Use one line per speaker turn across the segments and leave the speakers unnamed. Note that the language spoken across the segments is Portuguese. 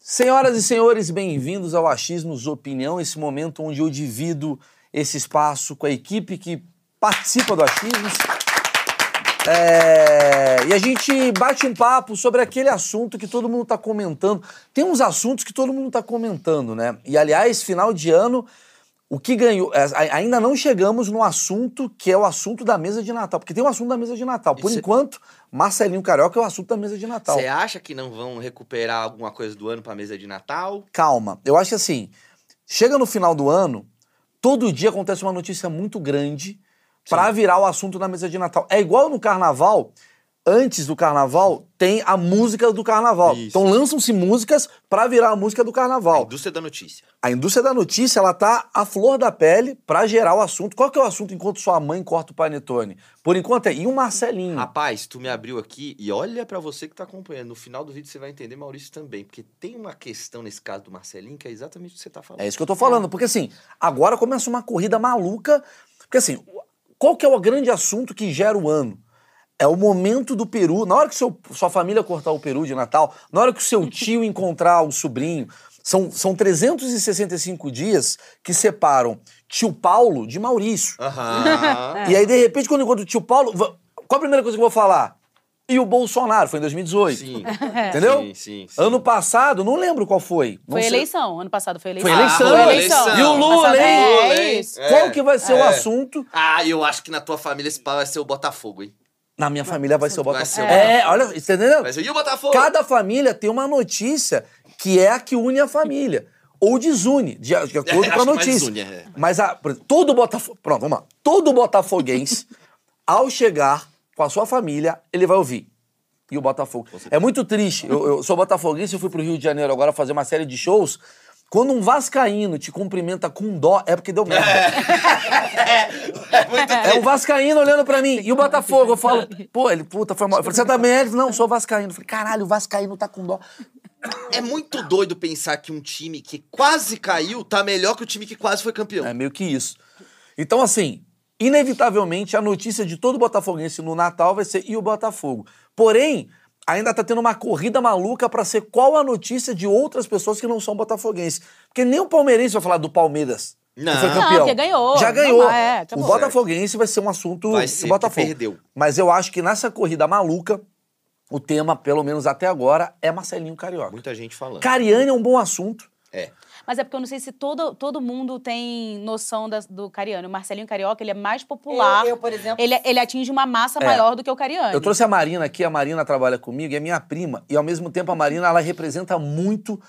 Senhoras e senhores, bem-vindos ao Achismos Opinião, esse momento onde eu divido esse espaço com a equipe que participa do Achismos. É, E a gente bate um papo sobre aquele assunto que todo mundo está comentando. Tem uns assuntos que todo mundo está comentando, né? E aliás, final de ano, o que ganhou. é, a- Ainda não chegamos no assunto que é o assunto da mesa de Natal, porque tem o assunto da mesa de Natal. Por
Isso é-
enquanto, Marcelinho Carioca é o assunto da mesa de Natal.
Você acha que não vão recuperar alguma coisa do ano pra mesa de Natal?
calma. Eu acho que assim, chega no final do ano, todo dia acontece uma notícia muito grande pra virar o assunto da mesa de Natal. É igual no carnaval, antes do carnaval tem a música do carnaval.
Isso.
Então lançam-se músicas pra virar a música do
A
carnaval.
indústria da notícia.
A indústria da notícia, ela tá à flor da pele pra gerar o assunto. Qual que é o assunto enquanto sua mãe corta o panetone? Por enquanto é e o Marcelinho.
Rapaz, tu me abriu aqui e olha pra você que tá acompanhando. No final do vídeo você vai entender, Maurício, também. Porque tem uma questão nesse caso do Marcelinho que é exatamente o que você tá falando.
É isso que eu tô falando, porque assim, agora começa uma corrida maluca. Porque assim, o- qual que é o grande assunto que gera o ano? É o momento do peru. Na hora que seu- sua família cortar o peru de Natal, na hora que o seu tio encontrar o sobrinho, são, são 365 dias que separam tio Paulo de Maurício.
É. Aham.
E aí, de repente, quando eu encontro o tio Paulo, va- qual a primeira coisa que eu vou falar? E o Bolsonaro, foi em 2018.
Sim.
Entendeu?
Sim, sim, sim.
Ano passado, não lembro qual foi. Não
Foi
sei-
eleição, ano passado foi eleição.
Foi eleição.
Ah,
Foi
eleição.
E o Lula,
Passado-
hein?
É, é isso.
É.
Qual que vai ser o
É.
assunto?
Ah, eu acho que na tua família esse pau vai ser o Botafogo, hein?
Na minha família vai ser o
Vai ser
Botafogo.
o
É, olha, entendeu?
Vai ser e o Botafogo?
Cada família tem uma notícia que é a que une a família. Ou desune, de, de acordo
É,
com a
acho que mais
notícia.
desune, é.
Mas a, por exemplo, todo Botafogo. Pronto, vamos lá. Todo botafoguense, ao chegar com a sua família, ele vai ouvir. E o Botafogo. É muito triste. Eu, eu sou botafoguense, eu fui pro Rio de Janeiro agora fazer uma série de shows. Quando um vascaíno te cumprimenta com dó, é porque deu merda.
É muito
É o Vascaíno olhando pra mim. E o Botafogo, eu falo, pô, ele, puta, foi mal. Eu falei, você também é? Ele, não, sou Vascaíno. Eu falei, caralho, o Vascaíno tá com dó.
É muito doido pensar que um time que quase caiu tá melhor que o time que quase foi campeão.
É meio que isso. Então, assim, inevitavelmente, a notícia de todo botafoguense no Natal vai ser e o Botafogo. Porém, ainda tá tendo uma corrida maluca pra ser qual a notícia de outras pessoas que não são botafoguenses. Porque nem o palmeirense vai falar do Palmeiras.
Não.
que foi
Não,
campeão.
porque ganhou.
Já ganhou.
Não, é,
o
acabou.
Botafoguense vai ser um assunto
Vai
do
ser,
Botafogo.
porque perdeu.
Mas eu acho que nessa corrida maluca, o tema, pelo menos até agora, é Marcelinho Carioca.
Muita gente falando.
Cariani é um bom assunto.
É.
Mas é porque eu não sei se todo, todo mundo tem noção da- do Cariano. O Marcelinho Carioca, ele é mais popular.
Eu- eu, por exemplo-
Ele, ele atinge uma massa maior do que o Cariano.
É. Eu trouxe a Marina aqui, a Marina trabalha comigo, é minha prima, e ao mesmo tempo a Marina ela representa muito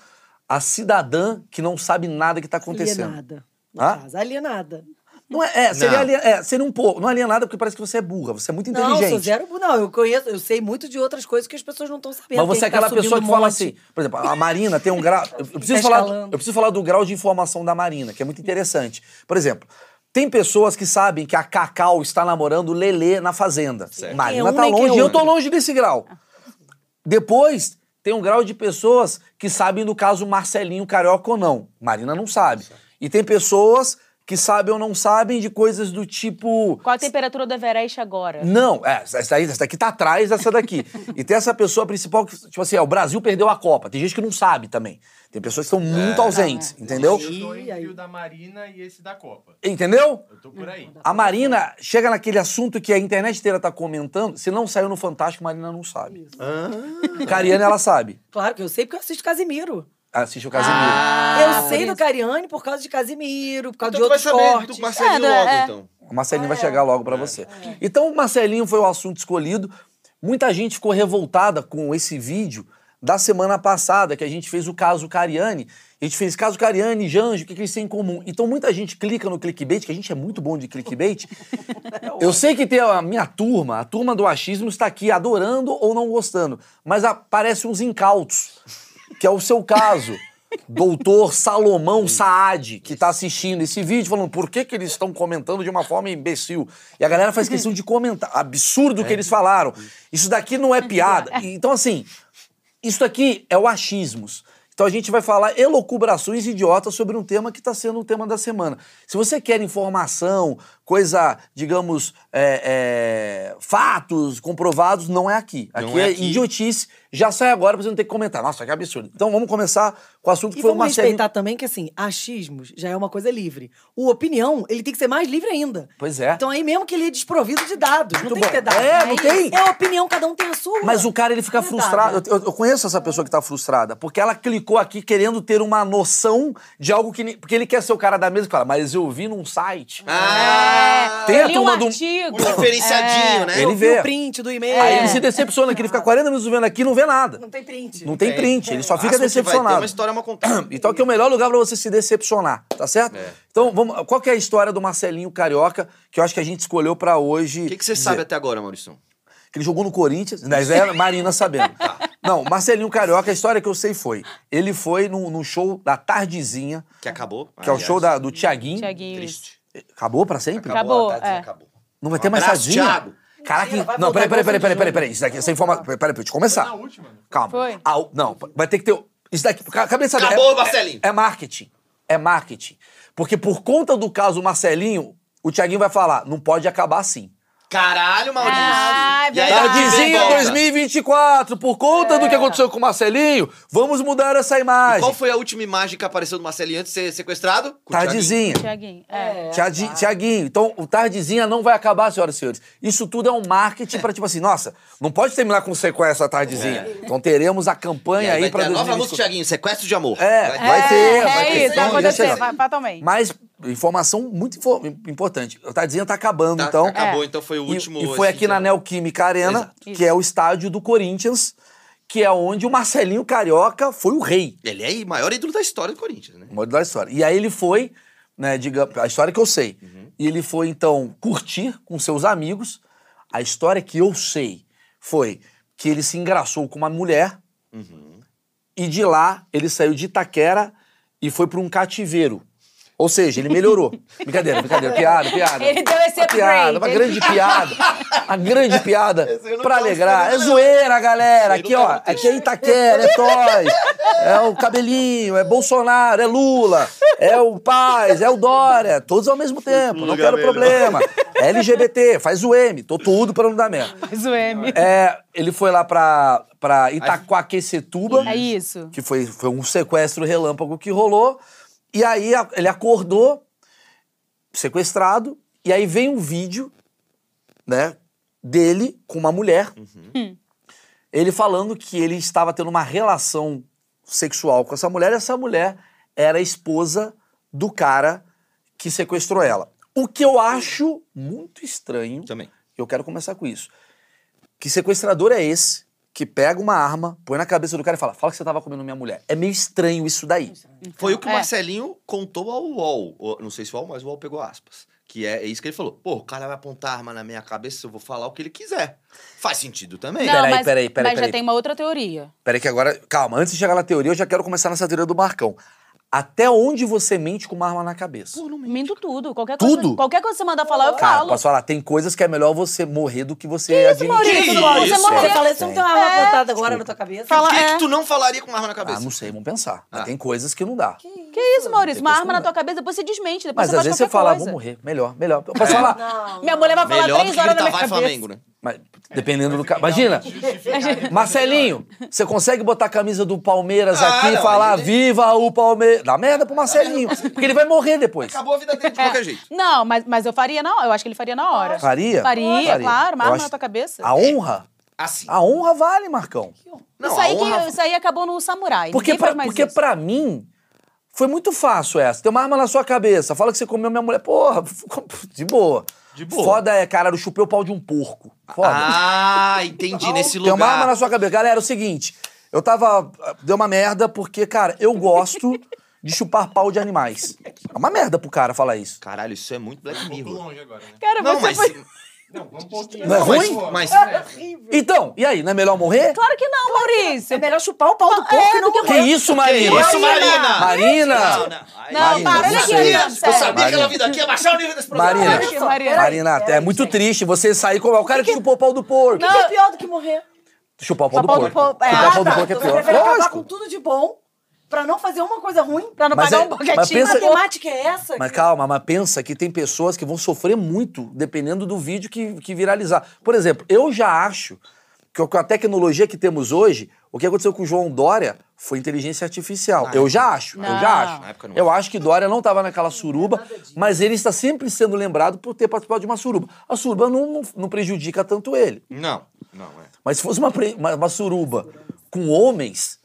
a cidadã que não sabe nada que está acontecendo.
Alienada. No
Hã?
caso, alienada.
Não é, é, seria,
Não.
alien- é, seria um pouco, não alienada porque parece que você é burra, você é muito
Não,
inteligente.
sou zero. Não, eu conheço, eu sei muito de outras coisas que as pessoas não estão sabendo.
Mas você
Tem
é aquela
tá subindo
pessoa que
um
fala
monte.
assim, por exemplo, a Marina tem um grau. Eu preciso,
Tá
falar,
escalando.
eu preciso falar do grau de informação da Marina, que é muito interessante. Por exemplo, tem pessoas que sabem que a Cacau está namorando o Lelê na fazenda. Marina
Quem é um,
tá
nem quem é
longe, e eu
outro.
tô longe desse grau. Depois, tem um grau de pessoas que sabem do caso Marcelinho Carioca ou não. Marina não sabe. E tem pessoas que sabem ou não sabem de coisas do tipo.
Qual a temperatura do Everest agora?
Não, é, essa, aí, essa daqui tá atrás dessa daqui. e tem essa pessoa principal que, tipo assim, é, o Brasil perdeu a Copa. Tem gente que não sabe também. Tem pessoas que estão muito ausentes, entendeu?
Sim.
Eu tô
E
entre
aí?
o da Marina e esse da Copa.
Entendeu?
Eu tô por aí.
A Marina chega naquele assunto que a internet inteira tá comentando. Se não saiu no Fantástico, Marina não sabe. Cariana, ela sabe.
Claro que eu sei porque eu assisto Casimiro.
Assiste o Casimiro.
eu sei do Cariani por causa de Casimiro, por causa
Ah, Então
de
tu vai
outros
saber
cortes.
do Marcelinho
É,
logo,
é.
então.
O Marcelinho vai chegar logo pra você. Então, o Marcelinho foi o assunto escolhido. Muita gente ficou revoltada com esse vídeo da semana passada, que a gente fez o caso Cariani. A gente fez caso Cariani, Janjo, o que, que eles têm em comum? Então, muita gente clica no clickbait, que a gente é muito bom de clickbait. Eu sei que tem a minha turma, a turma do achismo está aqui adorando ou não gostando, mas aparecem uns incautos, que é o seu caso. doutor Salomão Saad, que tá assistindo esse vídeo, falando por que, que eles estão comentando de uma forma imbecil. E a galera faz questão de comentar. Absurdo o que eles falaram. Isso daqui não é piada. E, Então, assim, isso daqui é o achismos. Então a gente vai falar elocubrações idiotas sobre um tema que está sendo o tema da semana. Se você quer informação, coisa, digamos, é, é, fatos comprovados, não é aqui. Aqui
Não
é,
é aqui.
idiotice. Já sai agora pra você não ter que comentar. Nossa, que absurdo. Então vamos começar com o assunto que
E
foi o
vamos
Marcelinho.
respeitar também que, assim, achismos já é uma coisa livre. O opinião, ele tem que ser mais livre ainda.
Pois é.
Então aí mesmo que ele é desprovido de dados, não
Muito
tem que ter
bom.
dados.
É, não tem?
É a opinião, cada um tem a sua. é
Mas o cara, ele fica
Verdade.
frustrado. Eu, eu conheço essa pessoa que tá frustrada, porque ela clicou aqui querendo ter uma noção de algo que. ni- Porque ele quer ser o cara da mesa e fala, mas eu vi num site.
Ah!
Tem a
Eu li um
turma do-
artigo. É.
O diferenciadinho, né?
Ele
Eu vi
vê.
É, o print do e-mail. É.
Aí ele se decepciona, que ele fica 40 minutos vendo aqui e não vê nada.
Não tem print.
Não tem print, ele só fica
Máximo que vai ter é
decepcionado.
uma história, uma contada.
Então aqui é o melhor lugar pra você se decepcionar, tá certo?
É.
Então, vamos, qual que é a história do Marcelinho Carioca, que eu acho que a gente escolheu pra hoje?
O que, que você
dizer?
sabe até agora, Maurício?
que ele jogou no Corinthians, mas é Marina sabendo.
Tá.
Não, Marcelinho Carioca, a história que eu sei foi, ele foi num, num show da Tardezinha,
Que acabou.
que é o
aliás.
show da- do Thiaguinho.
Tiaguinho.
Triste.
Acabou pra sempre?
Acabou,
a tarde,
é.
acabou. tá,
Não vai ter
Um
mais
abraço,
Tadinha?
Thiago.
Caraca,
vai
não,
voltar
peraí, peraí,
igual
peraí,
foi
peraí,
de
peraí, peraí, isso daqui, essa informação, peraí, peraí, pra eu começar.
Na última. né?
Calma.
Foi?
Ah, o- não, vai ter que ter. Isso daqui. ca- Acabei de saber.
Acabou,
é,
Marcelinho.
É, é marketing. É marketing. Porque por conta do caso Marcelinho, o Thiaguinho vai falar: não pode acabar assim. Tá
Caralho, Maurício.
Ah, é
E aí,
verdade.
ano que vem
Tardezinha
volta.
2024, por conta
É.
do que aconteceu com o Marcelinho, vamos mudar essa imagem.
Qual foi a última imagem que apareceu do Marcelinho antes de ser sequestrado?
Tá
Com o Thiaguinho.
Tardezinha.
Tiaguinho. É.
Tiadi-
Tá.
Tiaguinho, então o Tardezinha não vai acabar, senhoras e senhores. Isso tudo é um marketing pra tipo assim, nossa, não pode terminar com sequência a Tardezinha. Então teremos a
É. E
campanha
aí,
aí,
vai
pra
ter a nova
2024.
música, Thiaguinho, Sequestro de Amor.
É, vai ter,
É,
vai ter.
é isso, vai
Então,
acontecer,
isso é-
vai- fatalmente.
Mas informação muito info- importante. O Tadinha tá acabando,
Tá,
então.
Acabou,
É.
então foi o
E-
último. então.
E, foi
esse
aqui na
dia.
Neoquímica Arena,
Exato.
que é o estádio do Corinthians, que é onde o Marcelinho Carioca foi o rei.
Ele é o maior ídolo da história do Corinthians, né?
Moral Um da história. E aí ele foi, né, digamos, a história que eu sei. E ele foi, então, curtir com seus amigos. A história que eu sei foi que ele se engraçou com uma mulher e de lá ele saiu de Itaquera e foi para um cativeiro. Ou seja, ele melhorou. brincadeira, brincadeira, piada, piada.
Ele deu esse
Uma piada,
upgrade.
uma grande piada. Uma grande piada
eu não
pra
tava
alegrar. É
esperando, não.
zoeira, galera.
Isso aí
Aqui,
não
ó,
tava no
aqui é Itaquera, é Toys, é o Cabelinho, é Bolsonaro, é Lula, é o Paz, é o Dória, todos ao mesmo tempo, não
lugar
quero
melhor.
problema. É LGBT, faz o M, tô tudo pra não dar merda.
Mas o M.
É, ele foi lá pra, pra Itaquaquecetuba,
É isso.
que foi, foi um sequestro relâmpago que rolou, e aí a- ele acordou, sequestrado, e aí vem um vídeo, né, dele com uma mulher, ele falando que ele estava tendo uma relação sexual com essa mulher, e essa mulher era a esposa do cara que sequestrou ela. O que eu acho muito estranho,
Também.
eu quero começar com isso. Que sequestrador é esse que pega uma arma, põe na cabeça do cara e fala: fala que você tava comendo minha mulher. É meio estranho isso daí.
Foi o que o
É.
Marcelinho contou ao UOL. Ou, Não sei se o UOL, mas o UOL pegou aspas. Que é, é isso que ele falou. Pô, o cara vai apontar arma na minha cabeça, eu vou falar o que ele quiser. Faz sentido também.
Não,
Peraí,
mas,
peraí, peraí,
mas
peraí.
já tem uma outra teoria.
Peraí, que agora. Calma, antes de chegar na teoria, eu já quero começar nessa teoria do Marcão. Até onde você mente com uma arma na cabeça?
Pô, não me...
Minto tudo. Qualquer
Tudo?
coisa, qualquer coisa que você mandar falar, eu
Cara,
falo.
posso falar, tem coisas que é melhor você morrer do que você admitir. É.
Maurício?
Que
Maurício,
isso?
Você morreu.
Você fala isso, não tem uma arma apontada agora na tua cabeça?
Por
Fala-
que,
é.
que tu não falaria com uma arma na
Ah,
cabeça?
não sei, vamos pensar. Mas
Ah.
tem coisas que não dá.
Que isso, Maurício? Uma
Depois
arma
você
na tua cabeça, depois você desmente. Depois
Mas às
você faz
vezes você
qualquer
fala, "Ah,
coisa.
vou morrer, melhor, melhor. Eu
É.
Posso falar?
Não.
Minha mulher vai falar
Melhor do
três
que
então
gritar
horas na minha
vai
cabeça.
Flamengo, né?
Mas, dependendo
É,
do cara. Imagina,
Justificar depois
Marcelinho, você consegue botar a camisa do Palmeiras
Ah,
aqui e
não,
falar
aí-
viva o Palmeiras? Dá merda pro Marcelinho, porque ele vai morrer depois.
Acabou a vida dele
É.
de qualquer jeito.
Não, mas, mas eu faria na hora. Eu acho que ele faria na hora.
Faria?
Faria, claro. Uma
Eu
arma
acho-
na tua cabeça.
A honra?
Assim.
A honra vale, Marcão.
Não,
isso,
a
aí que-
honra-
isso aí acabou no samurai.
Porque,
Ninguém
pra,
faz mais
porque
isso.
pra mim, foi muito fácil essa. Tem uma arma na sua cabeça, fala que você comeu minha mulher. Porra, de boa.
De boa.
Foda é, cara, eu chupei o pau de um porco. Foda.
Ah,
Tá
entendi. Nesse
Tem
lugar.
uma arma na sua cabeça. Galera, é o seguinte. Eu tava. Deu uma merda porque, cara, eu gosto de chupar pau de animais. É uma merda pro cara falar isso.
Caralho, isso é muito Black
Tô
Mirror.
longe agora, né?
Cara,
Não,
você
mas.
foi...
Não, vamos pouquinho.
Não é
Mas-
ruim?
Mas-
É.
Horrível.
Então, e aí, não é melhor morrer?
Claro que não, Maurício. Ah,
É melhor chupar o pau do porco e não
Que isso, Marina?
Que isso, Marina?
Marina!
Não, não. Aí-
Não,
Marina, para, olha
eu
aqui,
sabia,
não, sério.
eu sabia que
Marina.
ela vinha daqui abaixar o nível desse programa.
Marina,
Olha aqui, Marina.
Marina,
Peraí,
é
peraí,
muito
gente.
triste você sair com é o cara que chupou o pau do porco.
O que é pior do que morrer?
Chupar o pau do
Chupar o
porco.
pau- é,
Chupar o pau do
Nada.
porco é
Então Você
pior.
prefere acabar com
Lógico.
tudo de bom pra não fazer uma coisa ruim?
Pra não
Mas
pagar
é-
um
mas
boquetinho.
pensa-
Que matemática é essa?
Mas
que-
calma, mas pensa que tem pessoas que vão sofrer muito dependendo do vídeo que, que viralizar. Por exemplo, eu já acho que com a tecnologia que temos hoje, o que aconteceu com o João Dória foi inteligência artificial. eu já acho, eu
Não.
já acho.
Na época não
Eu acho que Dória não estava naquela suruba, mas ele está sempre sendo lembrado por ter participado de uma suruba. A suruba não, não, não prejudica tanto ele.
Não, não, é.
Mas se fosse uma, pre- uma, uma suruba com homens,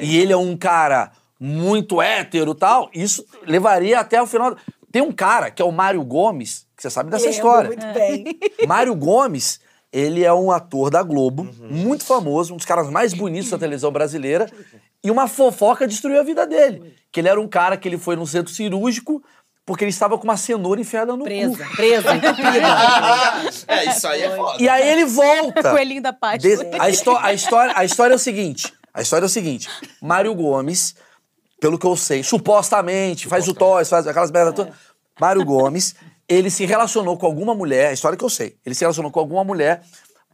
e ele é um cara muito hétero e tal, isso levaria até o final. Tem um cara que é o Mário Gomes, que você sabe dessa
Lembro
história.
Muito bem.
Mário Gomes, ele é um ator da Globo, muito famoso, um dos caras mais bonitos da televisão brasileira. E uma fofoca destruiu a vida dele. Que ele era um cara que ele foi num centro cirúrgico porque ele estava com uma cenoura enfiada no
Presa,
cu.
presa, entupida.
Ah.
É, isso aí é foda.
E aí ele volta.
Coelhinho da Páscoa.
Des- a, histó- a história, a história é o seguinte: a história é o seguinte: Mário Gomes, pelo que eu sei, supostamente, faz o tos, faz aquelas merdas todas. Mário Gomes, ele se relacionou com alguma mulher, a história que eu sei, ele se relacionou com alguma mulher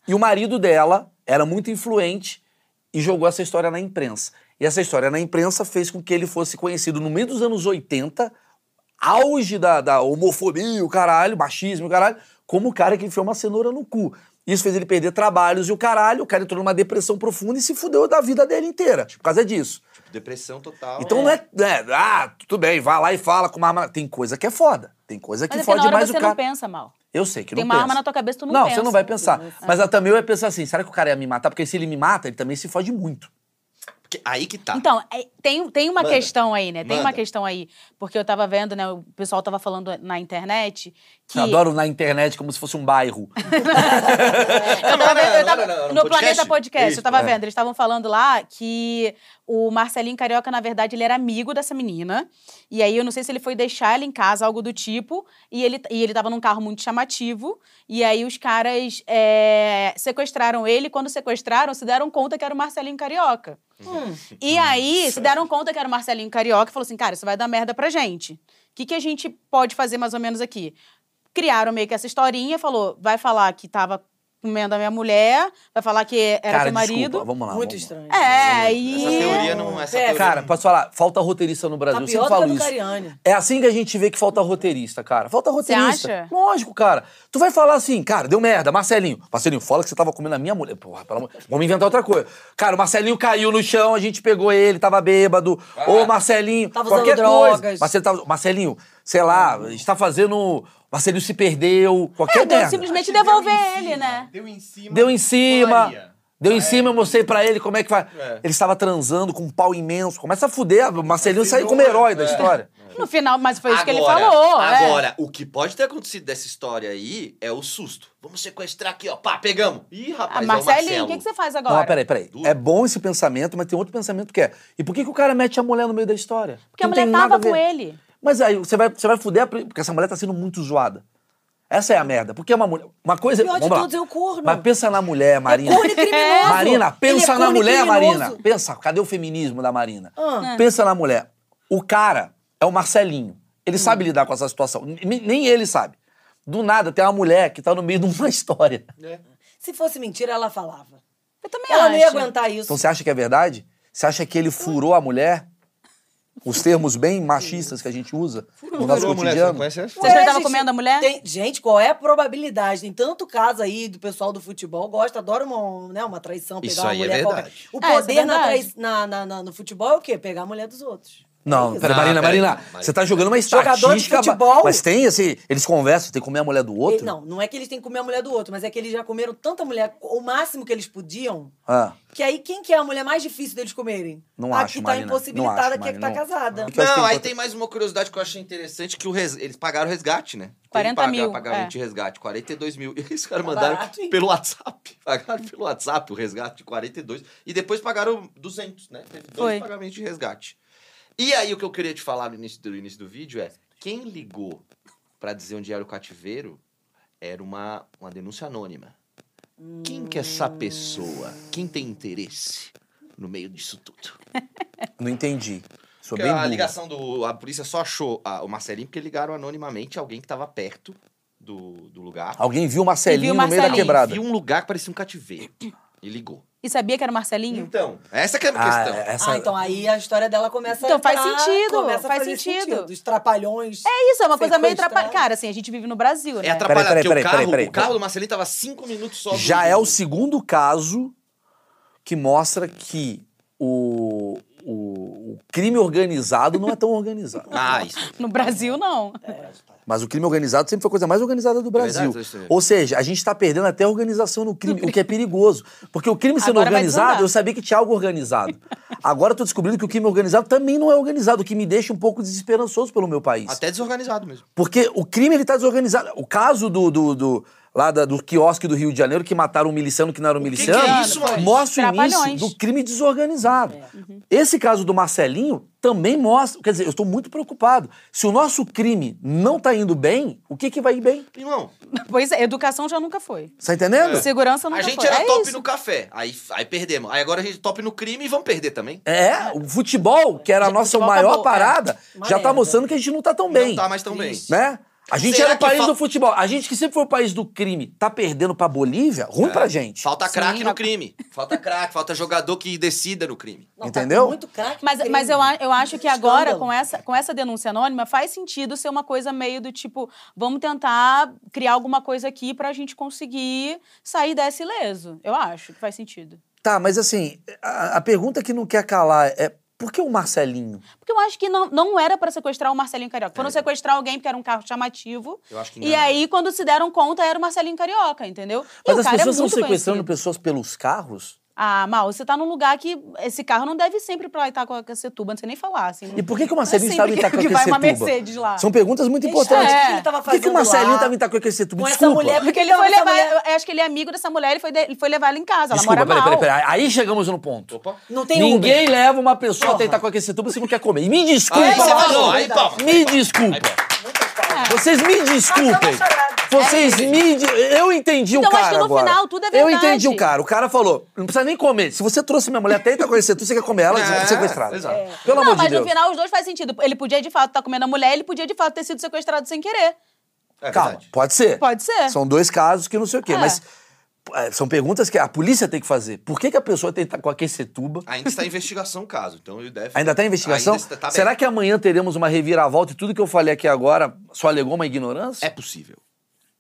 e o marido dela era muito influente e jogou essa história na imprensa. E essa história na imprensa fez com que ele fosse conhecido no meio dos anos 80, auge da, da homofobia, o caralho, machismo, o caralho, como o cara que enfiou uma cenoura no cu. Isso fez ele perder trabalhos e o caralho, o cara entrou numa depressão profunda e se fudeu da vida dele inteira, tipo, por causa disso.
Depressão total.
Então não é, é, ah, tudo bem, vai lá e fala com uma arma. Tem coisa que é foda. Tem coisa que
Mas assim, na
fode
hora
mais
você
o cara.
não pensa mal.
Eu sei que
Tem
não
uma
pensa.
arma na tua cabeça, tu não
Não,
pensa.
você não vai pensar. Mas eu também eu ia pensar assim, será que o cara ia me matar? Porque se ele me mata, ele também se fode muito.
Porque aí que tá.
Então, é- tem, tem uma
Manda.
questão aí, né? Tem uma
Manda.
questão aí. Porque eu tava vendo, né? O pessoal tava falando na internet que.
Eu adoro na internet como se fosse um bairro.
É.
Eu tava
Não, não,
vendo- eu
não,
tava-
não, não, não,
no
no
Planeta
podcast?
Podcast,
Isso,
eu tava
é.
vendo. Eles estavam falando lá que o Marcelinho Carioca, na verdade, ele era amigo dessa menina. E aí, eu não sei se ele foi deixar ela em casa, algo do tipo. E ele, e ele tava num carro muito chamativo. E aí, os caras é, sequestraram ele. Quando sequestraram, se deram conta que era o Marcelinho Carioca.
É. Hum.
E aí, se deram conta que era o Marcelinho Carioca e falou assim: cara, isso vai dar merda pra gente. O que, que a gente pode fazer mais ou menos aqui? Criaram meio que essa historinha, falou, vai falar que tava comendo a minha mulher, vai falar que era
cara,
teu marido.
desculpa, vamos lá.
Muito
vamos lá.
estranho.
É,
Essa
e.
teoria não é essa
É,
teoria.
Cara, posso falar? Falta roteirista no
Tá
Brasil. Eu sempre
pior do que a
falo
do
isso.
Cariani.
É assim que a gente vê que falta roteirista, cara. Falta roteirista.
acha?
Lógico, cara. Tu vai falar assim, cara, deu merda, Marcelinho. Marcelinho, fala que você tava comendo a minha mulher. Porra, pelo amor... Vamos inventar outra coisa. Cara, o Marcelinho caiu no chão, a gente pegou ele, tava bêbado. Ô, Marcelinho,
Ah. Tava usando
qualquer coisa.
drogas.
Marcelinho, tava- Marcelinho, sei lá, a gente tá fazendo... Marcelinho se perdeu, qualquer
É, deu
merda.
simplesmente
Deu em
devolver
cima,
ele, né?
Deu em cima.
Deu em cima.
pularia.
Deu em cima, eu mostrei pra ele como é que faz.
É.
Ele estava transando com um pau imenso. Começa a fuder, o Marcelinho saiu como herói da história.
No final, mas foi isso que ele
Agora,
falou. é.
Agora, o que pode ter acontecido dessa história aí é o susto. Vamos sequestrar aqui, ó. Pá, pegamos. Ih,
Ah,
rapaz,
Marcelinho,
é
o que, que você faz
Não,
agora?
mas peraí, peraí.
Duro.
É bom esse pensamento, mas tem outro pensamento que é. E por que, que o cara mete a mulher no meio da história?
Porque a
Não
mulher
tem nada
tava
ver.
com ele.
Mas aí você vai, você vai fuder, a pri- porque essa mulher tá sendo muito zoada. Essa é a merda. Porque é uma mulher. Uma coisa.
O pior de
vamos lá.
todos é o corno.
Mas pensa na mulher, Marina.
corno e é criminoso.
Marina,
Ele é
pensa na
corno e
mulher,
criminoso.
Marina. Pensa, cadê o feminismo da Marina?
Ah.
Pensa na mulher. O cara é o Marcelinho. Ele
Hum.
sabe lidar com essa situação. N- nem ele sabe. Do nada tem uma mulher que tá no meio de uma história.
Se fosse mentira, ela falava.
Eu também
Ela não ia
acho.
aguentar isso.
Então você acha que é verdade? Você acha que
Hum.
ele furou a mulher? Os termos bem machistas que a gente usa no nosso cotidiano?
Vocês não
Ué,
estavam
gente,
comendo a mulher?
tem- gente, qual é a probabilidade? Tem tanto caso aí do pessoal do futebol, gosta, adora uma, né, uma traição, pegar
Isso
uma
aí é
mulher
verdade.
qualquer. O
É, isso é
poder na
verdade.
trai- na- na- na- no futebol é o quê? Pegar a mulher dos outros.
Não,
É
peraí,
Não,
Marina,
peraí,
Marina,
Marina.
você tá jogando uma estatística.
Jogador de futebol?
Mas tem esse. Eles conversam, tem que comer a mulher do outro?
Ele- não, não é que eles têm que comer a mulher do outro, mas é que eles já comeram tanta mulher, o máximo que eles podiam,
Ah.
que aí quem que é a mulher mais difícil deles comerem?
Não
a
acho,
que tá
Marina. Não
impossibilitada,
acho,
que é que tá
Marina, não.
casada.
Que eu acho que
Não, aí
importa-
tem mais uma curiosidade que eu achei interessante, que o res- eles pagaram o resgate, né? Tem que
40
pagar-
mil,
Pagaram
é.
de resgate, 42 mil. E os caras
Tá
mandaram
barato, hein?
pelo WhatsApp. Pagaram pelo WhatsApp o resgate de 42. E depois pagaram 200, né? Teve dois
Foi.
pagamentos de resgate. E aí, o que eu queria te falar no início do, início do vídeo é, quem ligou pra dizer onde era o cativeiro Era uma, uma denúncia anônima. Quem que é essa pessoa? Quem tem interesse no meio disso tudo?
Não entendi. Sou
Porque
é
bem
a
burro.
ligação do. A polícia só achou a- o Marcelinho porque ligaram anonimamente alguém que estava perto do, do lugar.
Alguém viu o Marcelinho,
Viu o
no meio da
Marcelinho,
quebrada.
E um lugar que parecia um cativeiro. E ligou.
E sabia que era o Marcelinho?
Então, essa que é a
Ah,
questão.
essa...
Ah, então aí a história dela começa
Então
a
faz
entrar,
sentido,
começa a
faz
fazer
sentido.
Os trapalhões.
É isso, é uma coisa meio
Sequestrar.
atrapalhada. Cara, assim, a gente vive no Brasil, né?
É atrapalhado,
Peraí, peraí,
porque
peraí,
o carro,
peraí, peraí.
o carro do Marcelinho tava cinco minutos só. do-
Já é o segundo caso que mostra que o, o, o crime organizado não é tão organizado.
Ah, isso.
No Brasil, não.
Mas o crime organizado sempre foi a coisa mais organizada do Brasil.
verdade, isso é.
Ou seja, a gente está perdendo até a organização no crime, o que é perigoso. Porque o crime sendo
Agora vai
organizado,
desandar.
eu sabia que tinha algo organizado. Agora eu tô descobrindo que o crime organizado também não é organizado, o que me deixa um pouco desesperançoso pelo meu país.
Até desorganizado mesmo.
Porque o crime ele tá desorganizado. O caso do, do, do- lá da- do quiosque do Rio de Janeiro que mataram um miliciano que não era um
que que
miliciano,
é isso, Maurício?
mostra o início
Trapalhões.
do crime desorganizado.
É. Uhum.
Esse caso do Marcelinho também mostra, quer dizer, eu estou muito preocupado. Se o nosso crime não tá indo bem, o que que vai ir bem?
Irmão,
Pois é, educação já nunca foi.
Você tá entendendo?
Segurança nunca
É. a gente
foi.
era
é
top
isso.
no café. Aí, aí perdemos. Aí agora a gente é top no crime e vamos perder também.
É, o futebol, que era a
O
nossa
futebol tá é.
maior
acabou,
parada,
Uma
já tá
merda.
mostrando que a gente não tá tão bem.
Não tá mais tão bem.
né? A gente
Será
era o
que
país
fal-
do futebol. A gente que sempre foi o país do crime, tá perdendo pra Bolívia? Ruim pra gente.
É. Falta
Sim,
craque no
mas-
crime. Falta craque, falta jogador que decida no crime.
Não,
Entendeu?
Tá muito craque.
Mas,
crime.
mas eu, a- eu acho que
Escândalo.
agora, com essa, com essa denúncia anônima, faz sentido ser uma coisa meio do tipo, vamos tentar criar alguma coisa aqui pra gente conseguir sair dessa ileso. Eu acho que faz sentido.
Tá, mas assim, a, a pergunta que não quer calar é por que o Marcelinho?
Porque eu acho que não, não era pra sequestrar o Marcelinho Carioca. Foram sequestrar alguém porque era um carro chamativo.
É. Eu acho que
E
enganaram.
aí, quando se deram conta, era o Marcelinho Carioca, entendeu? E
Mas
o
as
cara
pessoas
é
estão
muito
sequestrando
conhecido.
pessoas pelos carros?
Ah, Mal, você tá num lugar que esse carro não deve sempre pra lá tá Itacoacetuba, não sei nem falar, assim.
E por que, que o
Não
Marcelinho
é
estava em
sempre que- que vai uma
Itacoaquecetuba?
Mercedes lá.
São perguntas muito
Gente,
importantes.
o que que ele tava
Por que, que o
fazendo
Marcelinho
lá?
estava em Itacoaquecetuba?
Com essa
Desculpa.
mulher-
Porque ele
Não,
foi
essa
levar.
mulher-
Eu acho que ele é amigo dessa mulher, ele foi, de- ele foi levar ela em casa.
Desculpa,
ela mora
peraí,
mal.
peraí, peraí. Aí chegamos no ponto.
Opa.
Não tem
Ninguém
Uber.
leva uma pessoa até
Porra.
Itacoaquecetuba se não quer comer. E me desculpa,
Aí você
Palma,
falou,
Marlon.
aí palma.
Me desculpa. Vocês me desculpem. Vocês
É
me. de- Eu entendi o
Então,
cara.
acho que no
agora.
final tudo é
Eu
verdade.
entendi o cara. O cara falou: não precisa nem comer. Se você trouxe minha mulher até conhecer tu, você quer comer ela,
É,
sequestrada.
exato. É.
Pelo
não,
amor
mas
de Deus.
no final os dois faz sentido. Ele podia de fato estar comendo a mulher, ele podia de fato ter sido sequestrado sem querer.
É
Calma,
verdade.
pode ser.
Pode ser.
São dois casos que não sei o quê,
É.
mas. é, São perguntas que a polícia tem que fazer. Por que, que a pessoa tem que Itacoaquecetuba?
Ainda está em investigação o caso. Então ele deve.
Ainda está em investigação?
Ainda está- tá
Será
bem.
que amanhã teremos uma reviravolta e tudo que eu falei aqui agora só alegou uma ignorância?
É possível.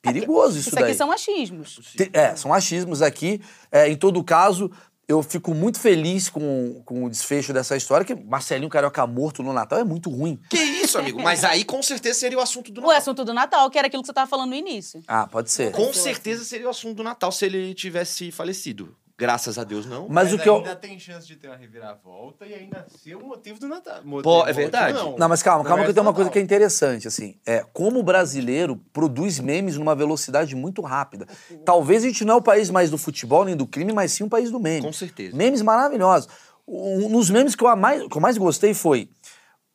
perigoso isso,
Isso,
daí.
aqui são achismos.
Te- É, são achismos aqui. É, em todo caso, eu fico muito feliz com, com o desfecho dessa história, que Marcelinho Carioca morto no Natal é muito ruim.
Que isso, amigo? Mas aí com certeza seria o assunto do
O
Natal.
assunto do Natal, que era aquilo que você tava falando no início.
Ah, pode ser.
Com certeza
assim.
seria o assunto do Natal se ele tivesse falecido. Graças a Deus, não.
Mas o que eu.
ainda tem chance de ter uma reviravolta e ainda ser o motivo do Natal.
Pô,
Motivo,
é verdade.
Não, mas calma, calma que tem uma coisa que é
gente.
interessante, assim. É, como o brasileiro produz memes numa velocidade muito rápida. Talvez a gente não é o país mais do futebol nem do crime, mas sim o país do meme.
Com certeza.
Memes maravilhosos. Um dos memes que eu, a mais, que eu mais gostei foi...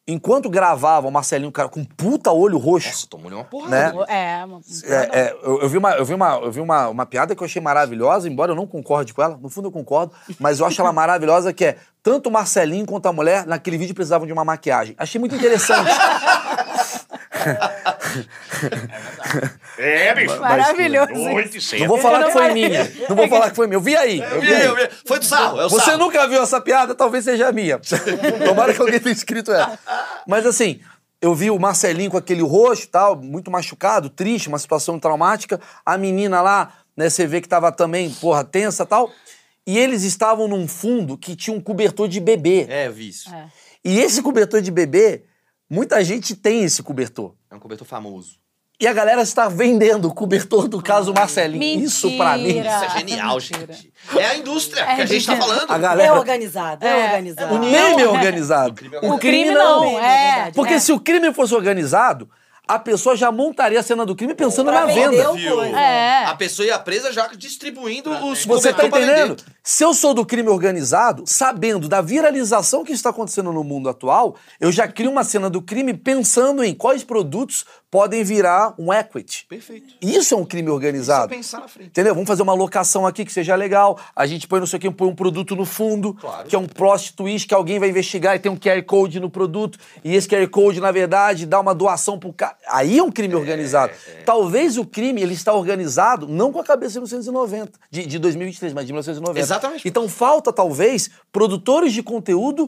Enquanto gravavam Marcelinho Carioca com um puta olho roxo...
Nossa, tomou-lhe uma
Né?
porrada. amigo.
É, uma-
É, é, eu, eu vi, uma, eu vi, uma, eu vi uma, uma piada que eu achei maravilhosa, embora eu não concorde com ela, no fundo eu concordo, mas eu acho ela maravilhosa, que é tanto o Marcelinho quanto a mulher, naquele vídeo precisavam de uma maquiagem. Achei muito interessante.
É, bicho.
maravilhoso.
não vou falar que foi minha. Não vou falar que foi minha. Eu vi aí.
Eu
Eu
vi,
vi aí.
eu vi. Foi do sarro, é o
Você
sarro.
nunca viu essa piada, talvez seja a minha. Tomara que alguém tenha escrito ela. Mas assim, eu vi o Marcelinho com aquele rosto e tal, muito machucado, triste, uma situação traumática. A menina lá, né, você vê que tava também, porra, tensa e tal. E eles estavam num fundo que tinha um cobertor de bebê.
É, eu vi isso. É,
É.
E esse cobertor de bebê, muita gente tem esse cobertor.
um cobertor famoso.
E a galera está vendendo o cobertor do caso Marcelinho.
Mentira.
Isso pra mim.
Isso é
Ah,
genial,
mentira.
gente. É a indústria que a gente tá falando.
A
É
galera.
organizado, é,
É.
organizado.
O meme é organizado.
O crime não, é.
Porque
é.
se o crime fosse organizado, a pessoa já montaria a cena do crime pensando
Pra
na
vender
venda.
o coisa.
É.
Tá
A pessoa ia presa já distribuindo os
Você tá
cobertor pra
entendendo?
vender.
Se eu sou do crime organizado, sabendo da viralização que está acontecendo no mundo atual, eu já crio uma cena do crime pensando em quais produtos podem virar um equity.
Perfeito.
Isso é um crime
Você
organizado.
pensar na frente.
Entendeu? Vamos fazer uma locação aqui que seja legal. A gente põe não sei o que, põe um produto no fundo,
Claro.
que é um prostituís que alguém vai investigar e tem um QR Code no produto. E esse QR Code, na verdade, dá uma doação pro cara. Aí é um crime organizado. Talvez o crime ele está organizado não com a cabeça de 1990, de, de 2023, mas de 1990.
Exatamente.
Então falta, talvez, produtores de conteúdo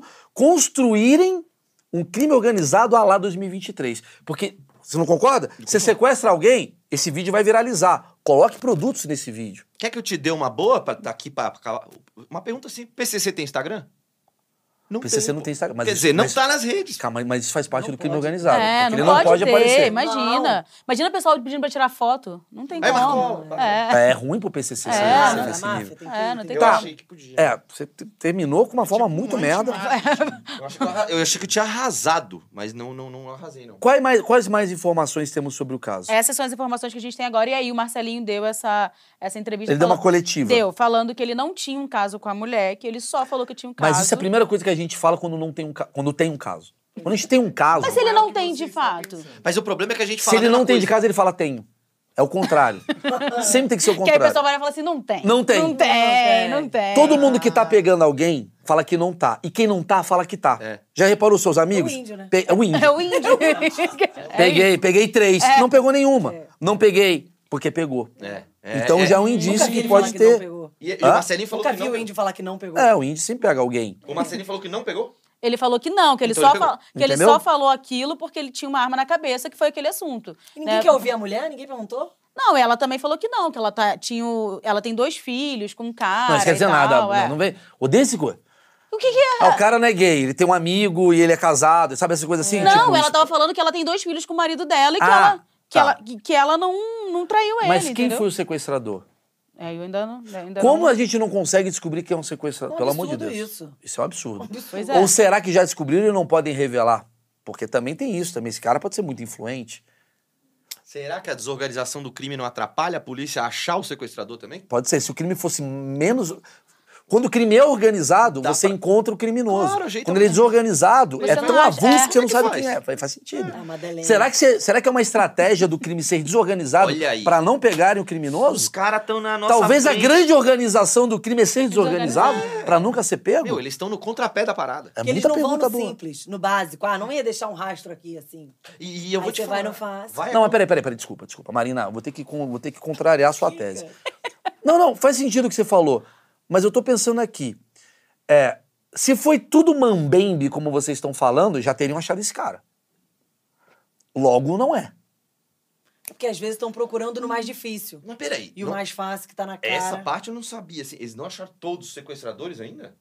construírem um crime organizado a lá 2023. Porque, você não concorda? Você sequestra alguém, esse vídeo vai viralizar. Coloque produtos nesse vídeo.
Quer que eu te dê uma boa pra, daqui pra, pra- Uma pergunta assim: PCC tem Instagram? Não
PCC não tem Instagram, mas
Quer
isso-
dizer, não
mas-
tá nas redes.
Calma, mas isso faz parte
Não
do crime
pode.
organizado.
é,
porque
não,
ele
pode
não pode
ter,
aparecer.
imagina. Imagina o pessoal pedindo pra tirar foto. Não tem
Aí, mas
como.
né?
como?
É,
É ruim pro PCC ser
É,
ser
não,
nesse
da máfia,
nível.
tem
É, não tem
Eu
Tá.
achei que podia.
É, você te- terminou com uma forma
Tipo,
muito
um
merda.
anti-marketing. Eu achei que eu arra- Eu achei que eu tinha arrasado, mas não, não, não arrasei, não.
Quais mais, quais mais informações temos sobre o caso?
Essas são as informações que a gente tem agora. E aí o Marcelinho deu essa, essa entrevista.
Ele deu uma
falando-
coletiva.
Deu, falando que ele não tinha um caso com a mulher, que ele só falou que tinha um caso.
Mas isso é a primeira coisa que a gente fala quando, não tem, um ca- quando tem um caso. Quando a gente tem um caso,
Mas ele não tem, de fato.
Mas o problema é que a gente
se
fala.
ele
a mesma
não tem de
coisa.
casa, ele fala tenho. É o contrário. Sempre tem que ser o
Que aí o
contrário.
pessoal vai lá e fala assim, não tem.
Não tem.
Não tem,
Não
não tem.
Todo mundo que tá pegando alguém fala que não tá. E quem não tá, fala que tá.
É.
Já reparou seus amigos?
É o índio, né?
Pe- É o índio.
É o é índio.
Peguei, peguei três. Não pegou nenhuma. Não peguei, porque pegou.
É, é,
então
é.
já é um
Nunca
indício
vi
que
ele
pode
falar que não
ter.
pegou.
E, e o
Hã?
Marcelinho falou
Nunca
que
vi
não.
o índio falar que não pegou.
é, o índio sempre pega alguém.
O Marcelinho falou que não pegou?
Ele falou que não, que ele,
Então
só,
ele pegou.
fala- que ele
Entendeu?
só falou aquilo porque ele tinha uma arma na cabeça, que foi aquele assunto.
E ninguém
né?
quer ouvir a mulher? Ninguém perguntou?
Não, ela também falou que não, que ela, tá, tinha o- ela tem dois filhos com um cara.
não, isso quer
e
dizer
tal,
nada.
é.
Não, não vem. Odeia esse coisa.
O que, que é?
Ah, o cara não é gay, ele tem um amigo e ele é casado, sabe essa coisa assim?
não,
Tipo,
ela tá
isso-
tava falando que ela tem dois filhos com o marido dela e que
Ah,
ela. Que
tá.
ela, que, que ela não, não traiu ele.
Mas quem
entendeu?
foi o sequestrador?
É, eu ainda não. Ainda
Como
não...
a gente não consegue descobrir quem é um sequestrador?
É um
Pelo amor de
absurdo
Deus.
isso.
Isso é um absurdo.
Pois é.
Ou será que já descobriram e não podem revelar? Porque também tem isso, também. Esse cara pode ser muito influente.
Será que a desorganização do crime não atrapalha a polícia a achar o sequestrador também?
Pode ser. Se o crime fosse menos. Quando o crime é organizado,
Dá
você
pra-
encontra o criminoso.
Claro, ajeita
Quando ele é
mesmo.
desorganizado,
Você
é
não
tão
acha-
avulso
é.
que você não
Como é que
sabe
faz?
quem é. Faz, faz sentido.
Ah, Madeleine.
Será que, você- será que é uma estratégia do crime ser desorganizado
Olha aí.
para não pegarem o
Os
criminoso?
caras estão na nossa.
Talvez
frente.
a grande organização do crime é ser desorganizado para nunca ser pego?
Meu, eles estão no contrapé da parada.
é
Porque eles
muita
não vão
pergunta
no
boa.
simples, no básico. Ah, não ia deixar um rastro aqui, assim.
E, e eu
Aí
vou te
você
falar.
vai no
vai
fácil.
Não, mas
acontecer.
peraí, peraí, peraí, desculpa, desculpa. Marina, vou ter que, con- vou ter que contrariar a sua
Diga.
tese. Não, não, faz sentido o que você falou. Mas eu tô pensando aqui. É, se foi tudo mambembe, como vocês estão falando, já teriam achado esse cara. Logo, não é.
Porque às vezes estão procurando no mais difícil.
Mas peraí.
E o
não-
mais fácil que tá na cara.
Essa parte eu não sabia. assim, eles não acharam todos os sequestradores ainda?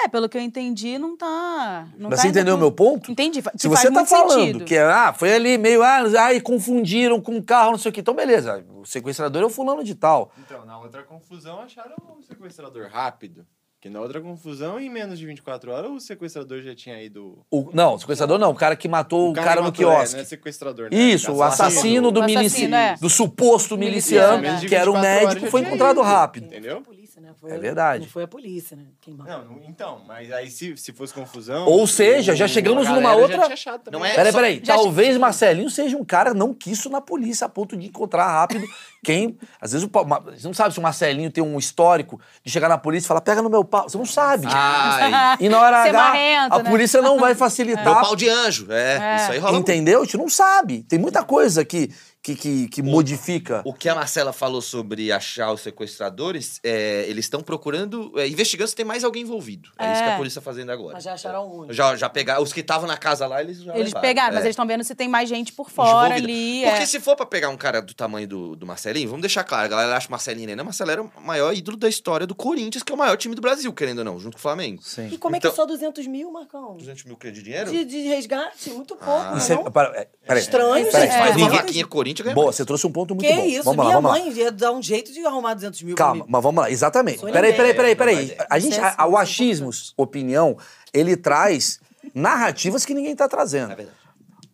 É, pelo que eu entendi, não tá. Não
Mas
tá
você
ainda
entendeu o
com-
meu ponto?
Entendi. fa-
Se
que faz
você tá
muito
falando
sentido.
que ah, foi ali meio, ah, ai, confundiram com carro, não sei o que. Então, beleza, o sequestrador é o fulano de tal.
Então, na outra confusão, acharam o sequestrador rápido.
Rápido.
Que na outra confusão, em menos de 24 horas, o sequestrador já tinha ido.
O- não, o sequestrador não, o cara que matou o cara, no
matou, é,
quiosque.
não é sequestrador, né?
Isso, o assassino do,
O assassino,
milici-
é.
do suposto
Miliciano,
miliciano,
menos
de
que era um
24 horas
médico,
já
foi
tinha
encontrado
ido.
rápido.
Não foi
Entendeu?
a polícia, né? Foi-
É verdade.
Não foi a polícia, né? Quem matou.
Não, não- então, mas aí se, se fosse confusão.
Ou seja, já
o-
chegamos
a
numa
galera
outra-
Já tinha achado também.
Não é-
Peraí,
só-
peraí.
já-
Talvez Marcelinho seja um cara não que isso na polícia a ponto de encontrar rápido quem. Às vezes o pa- ma- você não sabe se o Marcelinho tem um histórico de chegar na polícia e falar, pega no meu pau. Você não sabe.
Ai.
E na hora
Ser
H,
marrento,
a
né?
polícia não vai
Ah. Meu
facilitar.
pau de anjo. É, isso aí rola. muito.
Entendeu? A gente não sabe. Tem muita coisa que, que, que, que modifica.
O que a Marcela falou sobre achar os sequestradores, é, eles estão procurando, é, investigando se tem mais alguém envolvido. É, isso que
É.
a polícia está fazendo agora.
Mas já acharam um único.
Já, já pegaram. Os que estavam na casa lá, eles já.
Eles
levaram,
pegaram,
é,
mas eles estão vendo se tem mais gente por fora
envolvida.
ali.
Porque
é.
se for pra pegar um cara do tamanho do, do Marcelinho, vamos deixar claro, a galera acha o Marcelinho, né? Não, Marcelo era o maior ídolo da história do Corinthians, que é o maior time do Brasil, querendo ou não, junto com o Flamengo.
Sim.
E como é
Então-
que só 200 mil, Marcão?
200 mil créditos de dinheiro?
De, de resgate? Muito pouco,
Ah.
né,
Isso é-
não?
para- é, peraí.
Estranho,
Peraí,
gente.
Faz uma
ninguém-
vaquinha Corinthians ganha.
Boa,
mais.
você trouxe um ponto muito
que
bom.
isso?
vamos lá,
Minha
vamos lá.
mãe ia dar um jeito de arrumar 200 mil
Calma,
pra mim.
mas vamos lá, exatamente.
Sou é
Peraí, peraí,
ninguém.
peraí, peraí.
Não vai
A a gente, a-
assim,
a- o achismo, opinião, ele traz narrativas que ninguém tá trazendo.
É verdade.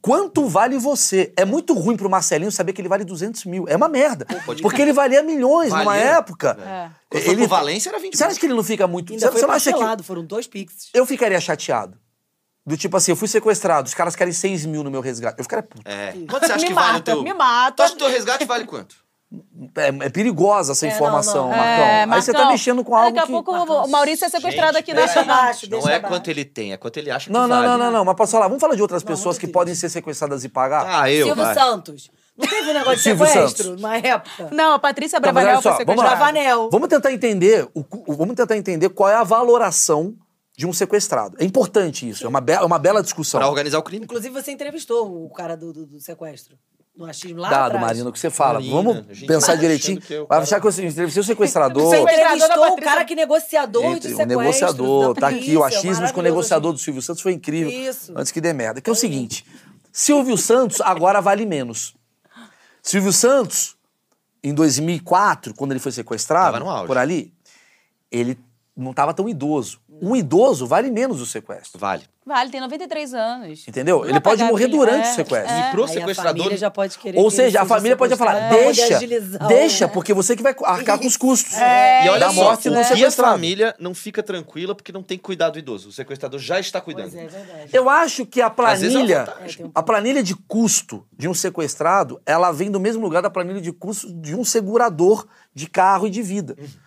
Quanto vale você? É muito ruim pro Marcelinho saber que ele vale 200 mil. É uma merda.
pode
Porque ele valia milhões numa
Valia.
época.
Quando foi
Ele- tá-
pro Valência era um. 20
Você acha que ele não fica muito...
Ainda
você
foi
você não acha que...
parcelado, foram dois pixels.
Eu ficaria chateado. Do tipo assim, eu fui sequestrado, os caras querem 6 mil no meu resgate. Eu ficaria puto.
É. Quanto você acha
me
que
mata,
vale o teu...
me
Tu
mata.
acha que o teu resgate vale quanto?
É, é perigosa essa
É, não,
informação,
não.
Marcão.
É,
Aí você tá
Marcão,
mexendo com algo
Daqui a
que...
pouco o-
Marcão,
o Maurício é sequestrado aqui na
Deixa
peraí.
chamada.
abaixo,
Não
deixa
é
abaixo.
quanto ele tem, é quanto ele acha que
Não, não,
vale.
não, não, não. Mas posso falar, vamos falar de outras
Não,
pessoas
muito
que
triste.
podem ser sequestradas e pagar?
Ah, eu,
Silvio
vai.
Santos. Não teve um negócio de
Silvio
sequestro
Santos.
numa época?
Não, a Patrícia
Tá, mas olha
Bravanel foi
só, vamos lá.
sequestrada.
Bravanel.
Vamos tentar entender o, cu- o- vamos tentar entender qual é a valoração de um sequestrado. É importante isso, é uma, be- é uma bela discussão.
Pra organizar o crime.
Inclusive, você entrevistou o cara do, do- do sequestro. No achismo lá
Dado,
atrás.
Marina, o que você fala.
Marina,
vamos
gente,
pensar
tá
direitinho.
achando que eu-
Vai achar que eu entrevistei o
Você
sequestrador.
Sem- Sequestrador da
entrevistou o
Patrícia-
cara que negociador de
Entre o
sequestro.
negociador,
da
tá aqui, o
polícia,
achismos com o
maravilhoso.
negociador do Silvio Santos foi incrível.
Isso.
Antes que dê merda. Que é o seguinte: Silvio Santos agora vale menos. Silvio Santos, em 2004, quando ele foi sequestrado,
Tava no auge.
por ali, ele não estava tão idoso. Um idoso vale menos o sequestro.
Vale.
Vale, tem 93 anos.
Entendeu?
Não
ele
vai
pode
pagar
morrer
bilhão.
durante
É,
o sequestro.
É,
E pro
aí
sequestrador-
A família já pode querer
Ou
que ele
seja, a
seja
família pode falar,
sequestrado.
deixa,
Pra poder agilizar É, o- né?"
deixa, porque você que vai arcar com os custos
E olha
da
só,
morte do
o dia a
sequestrado.
família não fica tranquila porque não tem cuidado do idoso. O sequestrador já está cuidando.
Pois é, é verdade.
Eu acho que a
Às vezes é uma
planilha,
vantagem.
É, tem um
a planilha de custo de um sequestrado, ela vem do mesmo lugar da planilha de custo de um segurador de carro e de vida.
Uhum.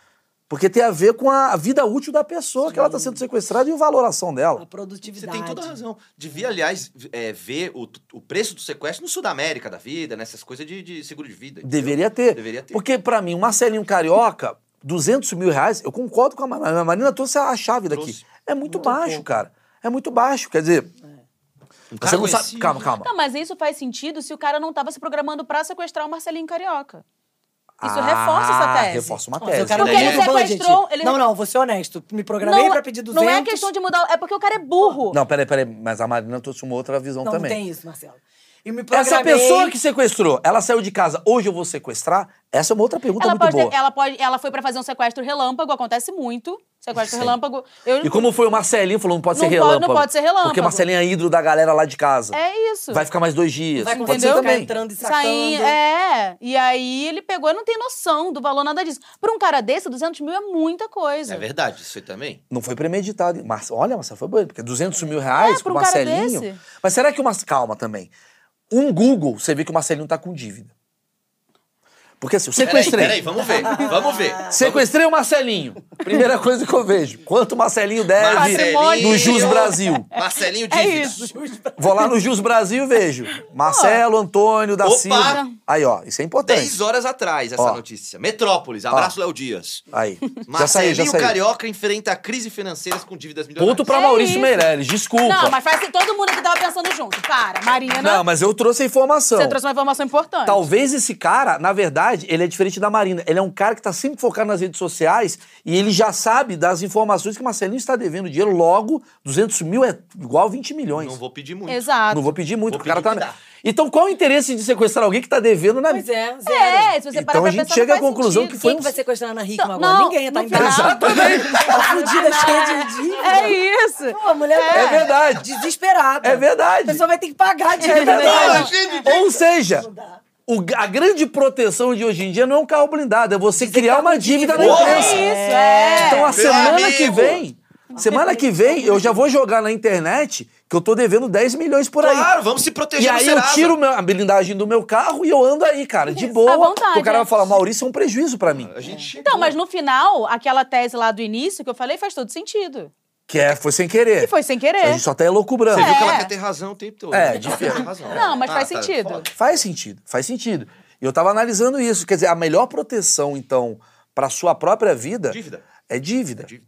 Porque tem a ver com a vida útil da pessoa que ela está sendo sequestrada e a valoração
A
dela.
Você
produtividade.
tem toda a razão. Devia, aliás, v- é, ver o, o preço do sequestro no Sudamérica da vida, nessas coisas de, de seguro de vida. entendeu?
Deveria ter.
Deveria ter.
Porque, para mim, um Marcelinho Carioca, 200 mil reais, eu concordo com a Marina. A Marina trouxe a chave daqui.
Trouxe.
É muito, baixo, cara. É muito baixo. Quer dizer, você
Um cara
não sabe.
conhecido.
Calma, calma.
Não, mas isso faz sentido se o cara não tava se programando pra sequestrar o Marcelinho Carioca. Isso
Ah,
reforça essa tese.
Reforça uma
Mas
tese.
o cara tá
Porque
não
ele
tem budget.
sequestrou, ele-
Não, não, vou ser honesto. Me programei pra pedir 200.
Não é questão de mudar, é porque o cara é burro.
Não, peraí, peraí. Mas a Marina trouxe uma outra visão
Não, não
também.
tem isso, Marcelo. E me programei...
Essa pessoa que sequestrou, ela saiu de casa, hoje eu vou sequestrar? Essa é uma outra pergunta
ela,
muito
pode ter-
boa.
ela pode, ela foi pra fazer um sequestro relâmpago, acontece muito. Sequestro
Sim.
relâmpago. Eu,
E como foi o Marcelinho, falou, não pode
Não
ser
pode- não
relâmpago.
pode ser relâmpago.
Porque Marcelinho é ídolo da galera lá de casa.
É isso.
Vai ficar mais dois dias.
Vai
pode ser
convencer o cara
também.
entrando e sacando.
Saí, é. E aí ele pegou, não tem noção do valor, nada disso. Pra um cara desse, 200 mil é muita coisa.
É verdade, isso aí também.
Não foi premeditado. Mas, olha, mas foi boa, porque 200 mil reais
É,
pro
pra um cara
Marcelinho.
desse.
Mas será que o Marcelinho. Calma também. Um Google, você vê que o Marcelinho tá com dívida. Porque assim, eu sequestrei.
Peraí, peraí, vamos ver. Vamos ver.
Sequestrei o Marcelinho. Primeira coisa que eu vejo. Quanto o Marcelinho deve
Marcelinho.
no Jus Brasil?
Marcelinho
É
dívida.
isso.
Vou lá no Jus Brasil e vejo. Marcelo, Antônio, da
Opa!
Silva. Aí, ó, isso é importante.
10 horas atrás, essa
Ó.
notícia. Metrópolis, abraço, Léo Dias.
Aí. Já saiu,
Marcelinho
já saiu.
Carioca enfrenta a crise financeira com dívidas milionárias.
Ponto pra
É
Maurício
isso.
Meirelles, desculpa.
Não, mas faz assim, todo mundo que tava pensando junto. Para, Marina,
Não, mas eu trouxe a informação.
você trouxe uma informação importante.
Talvez esse cara, na verdade, ele é diferente da Marina. Ele é um cara que tá sempre focado nas redes sociais e ele já sabe das informações que Marcelinho está devendo dinheiro. Logo, 200 mil é igual 20 milhões.
Não vou pedir muito.
Exato.
Não vou pedir muito,
Vou
porque o cara tá.
pedir que dá.
Então, qual o interesse de sequestrar alguém que tá devendo na.
Pois é, zero.
É, se você parar
Então
pra
a gente
pensar,
chega
não
à
faz
conclusão que
sentido. Então,
foi um
Quem que vai sequestrar a Ana Hickman agora?
Não,
Ninguém, tá
no
em
final-
casa. Tá fudida, cheia de dívida.
É isso.
Pô, a mulher tá
É verdade.
desesperada.
É verdade.
A pessoa vai ter que pagar a
É
dívida. dela.
verdade. Ou seja, o- a grande proteção de hoje em dia não é um carro blindado, é você criar uma dívida na
Porra!
É
imprensa.
isso, é.
Então a
Meu
semana que
amigo!
vem, semana que vem, eu já vou jogar na internet que eu tô devendo 10 milhões por aí.
Claro, vamos se proteger
E
no
aí eu
Serasa.
tiro meu- a blindagem do meu carro e eu ando aí, cara, de boa.
À vontade,
Porque o cara
é.
vai falar, Maurício, é um prejuízo pra mim.
A gente chegou.
Então, mas no final, aquela tese lá do início que eu falei faz todo sentido.
Que é, foi sem querer.
E foi sem
A
querer.
gente só tá elocubrando.
Você viu que
É.
ela quer ter razão o tempo todo.
É,
Ela quer
difícil.
ter razão.
Não, mas faz
tá,
sentido.
foda.
Faz sentido, faz sentido. E eu tava analisando isso. Quer dizer, a melhor proteção, então, pra sua própria vida
Dívida.
é dívida.
É dívida.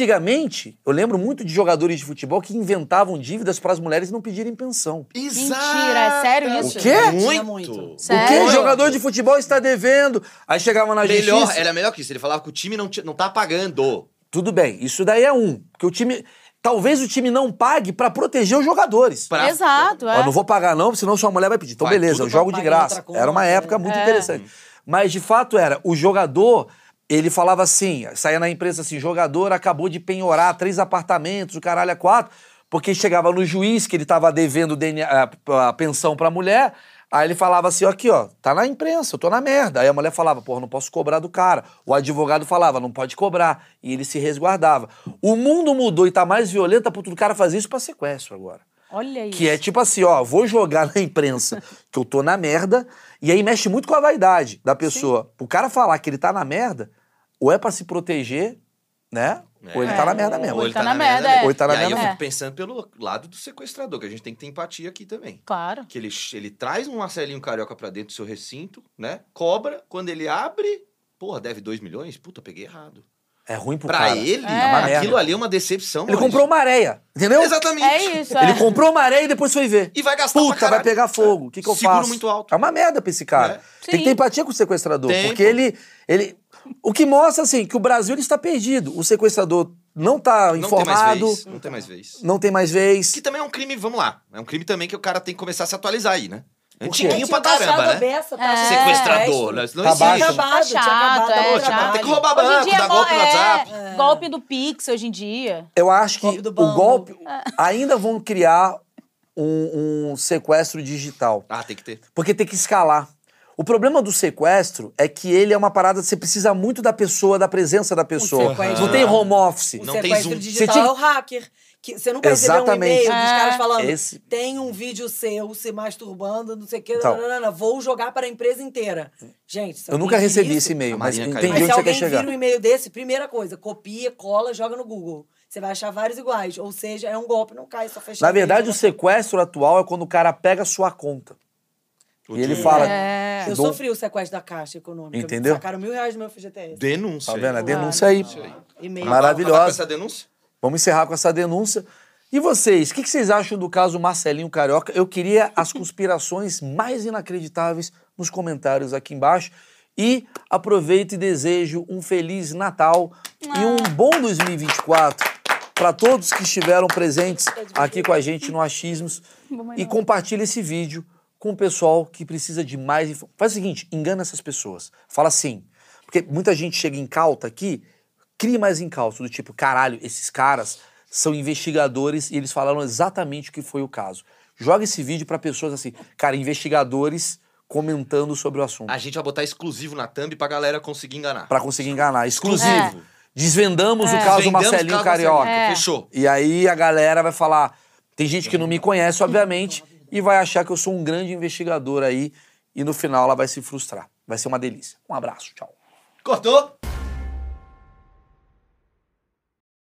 Antigamente, eu lembro muito de jogadores de futebol que inventavam dívidas para as mulheres não pedirem pensão.
Mentira, é sério isso?
O quê?
Tinha
Muito.
muito.
O
Sério?
quê?
Muito.
Jogador de futebol está devendo. Aí chegava na
Melhor,
justiça.
era melhor que isso. Ele falava que o time não, ti- não tá pagando.
Tudo bem, isso daí é um. Porque o time. Talvez o time não pague para proteger os jogadores.
Pra-
Exato, é.
Ó, não vou pagar, não, senão sua mulher vai pedir. Então,
Vai
beleza,
tudo
eu jogo
pra
de
pagar
graça.
outra conta,
Era uma
né?
época muito
É.
interessante. Mas, de fato, era. O jogador, ele falava assim, saía na imprensa assim, jogador acabou de penhorar três apartamentos, o caralho, é quatro, Porque chegava no juiz que ele estava devendo o DNA a, a pensão para a mulher, aí ele falava assim: ó, aqui, ó, tá na imprensa, eu tô na merda. Aí a mulher falava: porra, não posso cobrar do cara. O advogado falava: não pode cobrar. E ele se resguardava. O mundo mudou e tá mais violento a ponto do cara fazer isso para sequestro agora.
Olha isso.
Que é tipo assim, ó, vou jogar na imprensa que eu tô na merda, e aí mexe muito com a vaidade da pessoa. O cara falar que ele tá na merda, ou é pra se proteger, né?
É.
Ou ele tá na merda
É,
mesmo.
ou ele tá na merda, é.
Ou ele tá na
e aí
merda
eu
mesmo.
fico pensando pelo lado do sequestrador, que a gente tem que ter empatia aqui
é
também.
Claro.
Que ele, ele traz um Marcelinho Carioca pra dentro do seu recinto, né? Cobra, quando ele abre, porra, deve 2 milhões? Puta, peguei errado.
É ruim pro
pra
cara.
ele,
É.
aquilo ali é uma decepção.
Ele
mano.
comprou um- uma areia, entendeu?
Exatamente.
É isso, é.
Ele comprou uma areia e depois foi ver.
E vai gastar pra
Puta,
caralho.
vai pegar fogo. O que, que eu
Seguro
faço?
muito alto.
É uma merda pra esse cara.
É.
Tem
Sim.
que ter empatia com o sequestrador.
Tem,
porque
pô.
ele, ele. O que mostra, assim, que o Brasil ele está perdido. O sequestrador não está
Não
informado,
tem mais vez. Não tem mais vez.
não tem mais vez.
Que também é um crime, vamos lá. É um crime também que o cara tem que começar a se atualizar aí, né?
quê?
Tinha
Antiguinho pra
baixado
caramba,
a
né?
beça, tá?
É.
Sequestrador. né? Isso Não
Tá
existe.
baixo.
Tinha acabado, tinha
Chato,
acabado.
é,
o
Pô, já
chato.
trabalho.
tem Tá que roubar
Hoje em
banco,
dia
dar
é
golpe no
mó- é,
WhatsApp.
Golpe do Pix hoje em dia.
Eu acho que
Golpe do Ah.
o
banco.
golpe. Ainda vão criar um, um sequestro digital.
Ah, tem que ter.
Porque tem que escalar. O problema do sequestro é que ele é uma parada que você precisa muito da pessoa, da presença da pessoa.
sequestro.
Não tem home office.
O
Não tem
sequestro
Zoom.
digital
Você tinha-
é o hacker. Que você nunca recebeu um
Exatamente.
e-mail dos caras falando:
Esse-
tem um vídeo seu se masturbando, não sei o quê,
Então.
nananana, vou jogar para a empresa inteira. Gente, se
Eu
alguém
nunca
vira
recebi
isso-
esse e-mail,
A
mas
Marinha
entendi
caiu.
onde
Mas se
você quer
alguém
chegar.
vira um e-mail desse, primeira coisa, copia, cola, joga no Google. Você vai achar vários iguais. Ou seja, é um né? golpe, não cai, só fechar.
Na
o e-mail,
verdade, o
joga-
sequestro atual é quando o cara pega a sua conta. E ele fala.
É.
Eu
dou-
sofri o sequestro da Caixa Econômica.
Entendeu?
Sacaram mil reais do meu FGTS.
Denúncia.
Tá vendo? A
aí.
denúncia aí.
E-mail.
Mara- Maravilhosa.
Acabar com É Essa denúncia?
Vamos encerrar com essa denúncia. E vocês, o que, que vocês acham do caso Marcelinho Carioca? Eu queria as conspirações mais inacreditáveis nos comentários aqui embaixo. E aproveito e desejo um feliz Natal e um bom 2024 para todos que estiveram presentes aqui com a gente no Achismos. E compartilha esse vídeo com o pessoal que precisa de mais informação. Faz o seguinte, engana essas pessoas. Fala assim, porque muita gente chega incauta aqui crie mais encalço, do tipo, caralho, esses caras são investigadores e eles falaram exatamente o que foi o caso. Joga esse vídeo pra pessoas assim, cara, investigadores comentando sobre o assunto,
A gente vai botar exclusivo na thumb pra galera conseguir enganar.
Pra conseguir enganar. Exclusivo.
Exclusivo.
Desvendamos o caso
Vendemos
Marcelinho
caso
Carioca.
Marcelinho. Fechou.
E aí a galera vai falar, tem gente que não me conhece, obviamente, e vai achar que eu sou um grande investigador aí e no final ela vai se frustrar. Vai ser uma delícia. Um abraço, tchau.
Cortou?